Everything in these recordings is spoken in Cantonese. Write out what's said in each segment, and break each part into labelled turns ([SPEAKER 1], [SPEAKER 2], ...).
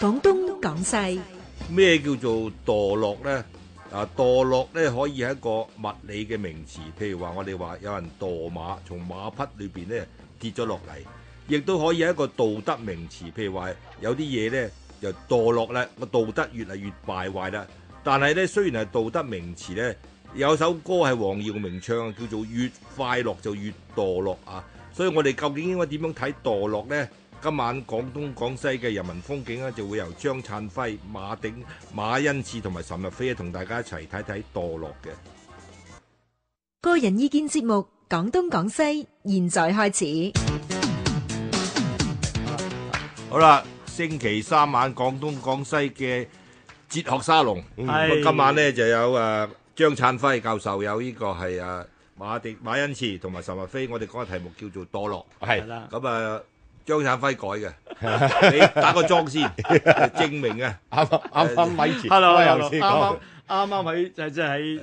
[SPEAKER 1] 廣東廣西
[SPEAKER 2] 咩叫做墮落呢？啊，墮落咧可以係一個物理嘅名詞，譬如話我哋話有人墮馬，從馬匹裏邊咧跌咗落嚟，亦都可以係一個道德名詞，譬如話有啲嘢咧就墮落啦，個道德越嚟越敗壞啦。但係咧雖然係道德名詞咧，有首歌係黃耀明唱叫做《越快樂就越墮落》啊，所以我哋究竟應該點樣睇墮落呢？今晚廣東廣西嘅人民風景咧，就會由張燦輝、馬鼎、馬恩賜同埋岑日飛同大家一齊睇睇墮落嘅。
[SPEAKER 1] 個人意見節目《廣東廣西》，現在開始。
[SPEAKER 2] 好啦，星期三晚廣東廣西嘅哲學沙龍，嗯
[SPEAKER 3] 係
[SPEAKER 2] 今晚呢就有誒、呃、張燦輝教授，有呢個係誒馬鼎、馬恩賜同埋岑日飛，我哋講嘅題目叫做墮落。
[SPEAKER 3] 係
[SPEAKER 4] 係
[SPEAKER 3] 啦，
[SPEAKER 2] 咁啊，張燦 輝改嘅，你打個裝先，證明 啊。
[SPEAKER 4] 啱啱啱啱咪住
[SPEAKER 3] hello，
[SPEAKER 4] 我
[SPEAKER 3] hello，
[SPEAKER 4] 又
[SPEAKER 3] 啱
[SPEAKER 4] 先
[SPEAKER 3] 啱
[SPEAKER 4] 講
[SPEAKER 3] 啱啱喺就即係喺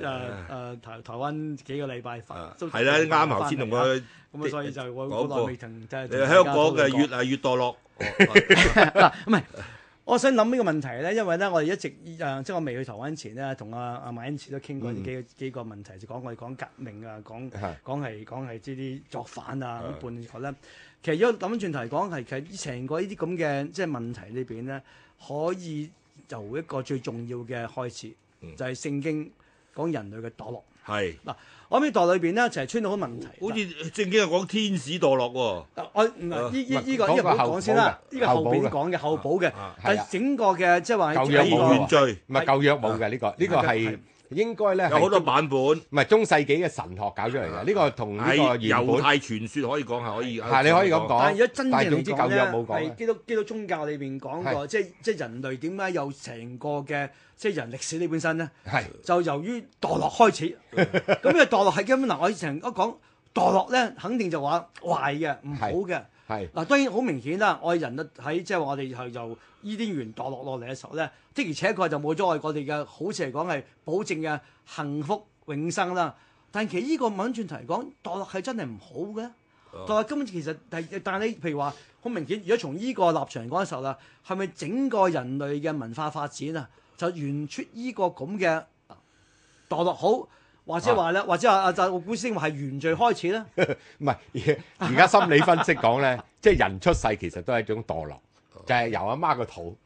[SPEAKER 3] 誒誒台台灣幾個禮拜翻
[SPEAKER 2] 啊，係啦，啱頭先同
[SPEAKER 3] 翻嚟啊
[SPEAKER 2] 我。
[SPEAKER 3] 咁啊，所以就我
[SPEAKER 2] 講過
[SPEAKER 3] 好耐未曾即係同
[SPEAKER 2] 你
[SPEAKER 3] 大家
[SPEAKER 2] 香港嘅
[SPEAKER 3] 討論過
[SPEAKER 2] 越嚟越墮落。
[SPEAKER 3] 嗱，唔係，我想諗呢個問題咧，因為咧，我哋一直誒、呃即係我未去台灣前咧，同阿阿馬恩賜都傾過
[SPEAKER 2] 嗯
[SPEAKER 3] 呢幾個、幾個問題，就講我哋講革命啊，講
[SPEAKER 4] 係
[SPEAKER 3] 講係講係呢啲作反啊，
[SPEAKER 2] 係
[SPEAKER 3] 咁叛國咧。其實如果諗轉頭嚟講，係其實成個呢啲咁嘅即係問題裏邊咧，可以由一個最重要嘅開始，
[SPEAKER 2] 嗯
[SPEAKER 3] 就係聖經講人類嘅墮落。
[SPEAKER 2] 係，
[SPEAKER 3] 我諗呢墮裏邊咧，就係穿到好多問題。
[SPEAKER 2] 好似呃正經係講天使墮落
[SPEAKER 3] 嗱啊我嗱依依
[SPEAKER 4] 唔係
[SPEAKER 3] 依個
[SPEAKER 4] 啊講
[SPEAKER 3] 依個唔
[SPEAKER 4] 個
[SPEAKER 3] 好
[SPEAKER 4] 後
[SPEAKER 3] 講先啦，
[SPEAKER 4] 補嘅
[SPEAKER 3] 呢個後
[SPEAKER 4] 後補
[SPEAKER 3] 邊
[SPEAKER 4] 嘅
[SPEAKER 3] 講嘅後補嘅
[SPEAKER 2] 喎，，啊
[SPEAKER 3] 但係整個嘅即係話
[SPEAKER 4] 舊
[SPEAKER 2] 有
[SPEAKER 4] 有
[SPEAKER 3] 呢個
[SPEAKER 4] 約冇啊
[SPEAKER 2] 原罪，
[SPEAKER 4] 唔係舊約冇嘅呢個，呢個係應該咧
[SPEAKER 2] 有好多
[SPEAKER 4] 係
[SPEAKER 2] 版本，
[SPEAKER 4] 唔係中世紀嘅神學搞出嚟嘅，呢個同呢個
[SPEAKER 2] 喺
[SPEAKER 4] 原
[SPEAKER 2] 猶
[SPEAKER 4] 本
[SPEAKER 2] 太傳說可以講係可以，
[SPEAKER 4] 係你可以咁
[SPEAKER 3] 但係如
[SPEAKER 4] 講，
[SPEAKER 3] 果真正
[SPEAKER 4] 但係
[SPEAKER 3] 嚟
[SPEAKER 4] 總之
[SPEAKER 3] 講
[SPEAKER 4] 舊約
[SPEAKER 3] 咧，
[SPEAKER 4] 冇講啊
[SPEAKER 3] 係
[SPEAKER 4] 嘅，
[SPEAKER 3] 基督基督宗教裏邊講過，即係即係人類點解有成個嘅即係人歷史呢本身咧，
[SPEAKER 4] 係
[SPEAKER 3] 就由於墮落開 始。咁呢個墮落係根本嗱，我以前都講墮落咧，肯定就話壞嘅、唔好嘅。
[SPEAKER 4] 係
[SPEAKER 3] 嗱，當然好明顯啦，我哋人啊喺即係話我哋係由伊甸園墮落落嚟嘅時候咧，的而且確就冇咗我哋嘅好似嚟講係保證嘅幸福永生啦。但其實呢個問轉頭嚟講，墮落係真係唔好嘅。
[SPEAKER 2] 哦
[SPEAKER 3] 墮落根本其實但但係你譬如話好明顯，如果從呢個立場嚟講嘅時候啦，係咪整個人類嘅文化發展啊，就源出呢個咁嘅墮落好，或者話咧，或者話啊，就古先話係原罪開始咧？
[SPEAKER 4] 唔係而而家心理分析講咧，即係人出世其實都係一種墮落，就係由阿媽個肚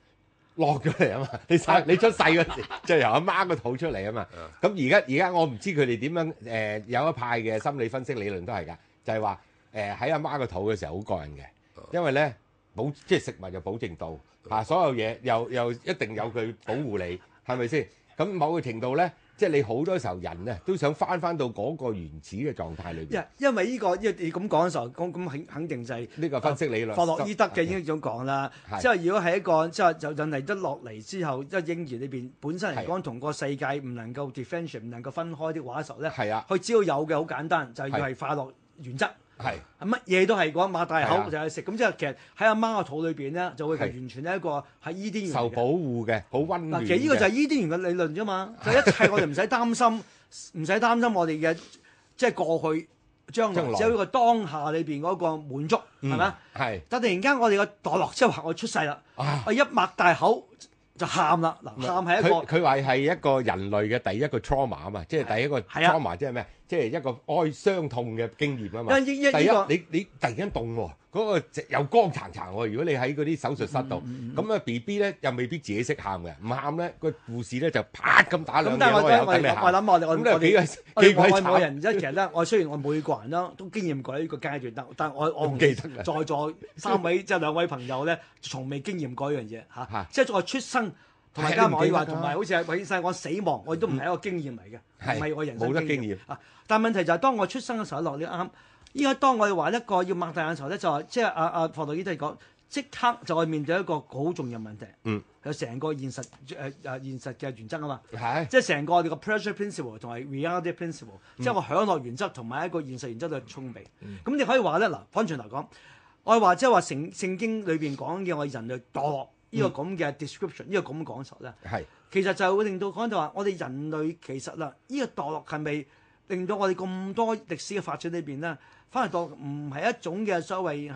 [SPEAKER 4] 落咗嚟啊嘛。你生你出世嗰時就由阿媽個肚出嚟啊嘛。咁而家而家我唔知佢哋點樣誒、呃有一派嘅心理分析理論都係㗎，就係話誒喺阿媽個肚嘅時候好過癮嘅，因為咧保即係食物又保證到嚇、啊所有嘢又又一定有佢保護你，係咪先？咁某個程度咧，即係你好多時候人咧都想翻翻到嗰個原始嘅狀態裏邊
[SPEAKER 3] 因。因為呢、個因為你咁講嘅時候，咁咁肯肯定就係、
[SPEAKER 4] 呢個分析理論，
[SPEAKER 3] 弗洛伊德嘅已經咁講啦，
[SPEAKER 4] 係
[SPEAKER 3] 即係如果係一個即係就引嚟得落嚟之後，即係嬰兒裏邊本身嚟講同個世界唔能夠 differentiate 唔能夠分開的話嘅時候咧，
[SPEAKER 4] 係啊，
[SPEAKER 3] 佢只要有嘅好簡單，就係要係快樂原則，
[SPEAKER 4] 係
[SPEAKER 3] 乜嘢都係講擘大
[SPEAKER 4] 係
[SPEAKER 3] 口
[SPEAKER 4] 啊
[SPEAKER 3] 就係食，咁即係其實喺阿媽個肚裏邊咧，就會係
[SPEAKER 4] 係
[SPEAKER 3] 完全係一個喺 E 伊甸園
[SPEAKER 4] 受
[SPEAKER 3] 嚟
[SPEAKER 4] 保
[SPEAKER 3] 嘅。
[SPEAKER 4] 護嘅，好温暖
[SPEAKER 3] 嗱，
[SPEAKER 4] 嗯嘅。
[SPEAKER 3] 其實呢個就係伊甸園嘅理論啫 嘛，就一切我哋唔使擔心，唔使擔心我哋嘅即係過去將來，
[SPEAKER 4] 將來嗯
[SPEAKER 3] 只有一個當下裏邊嗰個滿足係咪啊？
[SPEAKER 4] 係
[SPEAKER 3] 但突然間我哋個墮落之後，話我出世啦，
[SPEAKER 4] 啊，
[SPEAKER 3] 我一擘大口就喊啦。嗱，喊係一
[SPEAKER 4] 佢
[SPEAKER 3] 個
[SPEAKER 4] 佢話係一個人類嘅第一個 trauma 啊嘛，即係第一個
[SPEAKER 3] 係啊
[SPEAKER 4] trauma 即係咩？即係一個哀傷痛嘅經驗啊嘛。
[SPEAKER 3] 因為因
[SPEAKER 4] 第
[SPEAKER 3] 因
[SPEAKER 4] 一
[SPEAKER 3] 呢個，
[SPEAKER 4] 你你突然間凍喎，嗰個又光殘殘喎。如果你喺嗰啲手術室
[SPEAKER 3] 嗯
[SPEAKER 4] 度，咁啊 B B 咧又未必自己識喊嘅，唔喊咧個護士咧就啪咁打
[SPEAKER 3] 咁
[SPEAKER 4] 兩
[SPEAKER 3] 但係我
[SPEAKER 4] 嘢咯，有
[SPEAKER 3] 我
[SPEAKER 4] 等你
[SPEAKER 3] 我我
[SPEAKER 4] 喊。
[SPEAKER 3] 諗我哋我
[SPEAKER 4] 咁咧
[SPEAKER 3] 我
[SPEAKER 4] 幾
[SPEAKER 3] 哋
[SPEAKER 4] 鬼
[SPEAKER 3] 我
[SPEAKER 4] 幾
[SPEAKER 3] 哋我愛
[SPEAKER 4] 鬼
[SPEAKER 3] 我
[SPEAKER 4] 慘，
[SPEAKER 3] 人，因為其實咧，我雖然我每個人啦都經驗過呢個階段，但但我我
[SPEAKER 4] 唔記得啦
[SPEAKER 3] 在座三位即係兩位朋友咧，從未經驗過一樣嘢嚇
[SPEAKER 4] 嚇，
[SPEAKER 3] 即係我出生。同埋
[SPEAKER 4] 係
[SPEAKER 3] 加埋
[SPEAKER 4] 唔
[SPEAKER 3] 我
[SPEAKER 4] 記得
[SPEAKER 3] 要話，
[SPEAKER 4] 㗎
[SPEAKER 3] 同埋好似係永生，我死亡我都唔係一個經驗嚟嘅，
[SPEAKER 4] 係
[SPEAKER 3] 唔係我人生
[SPEAKER 4] 冇得經驗
[SPEAKER 3] 啊！但問題就係當我出生嘅時候落你啱，依家當我哋話一個要擘大眼嘅時候咧，就話即係啊阿阿霍洛伊德講，即刻就係面對一個好重要嘅問題，
[SPEAKER 4] 嗯，
[SPEAKER 3] 有成個現實誒誒現實嘅原則啊嘛，
[SPEAKER 4] 係
[SPEAKER 3] 即係成個我哋個 pressure principle 同埋 reality principle，即係我享樂原則同埋一個現實原則嘅衝比。咁、你可以話咧，嗱，翻轉頭講，我係話即係話聖聖經裏邊講嘅我哋人類墮落呢個咁嘅 description，呢、個咁嘅講述咧，
[SPEAKER 4] 係
[SPEAKER 3] 其實就會令到講到話，我哋人類其實啦，呢、個墮落係咪令到我哋咁多歷史嘅發展裏邊咧，反而墮落唔係一種嘅所謂係。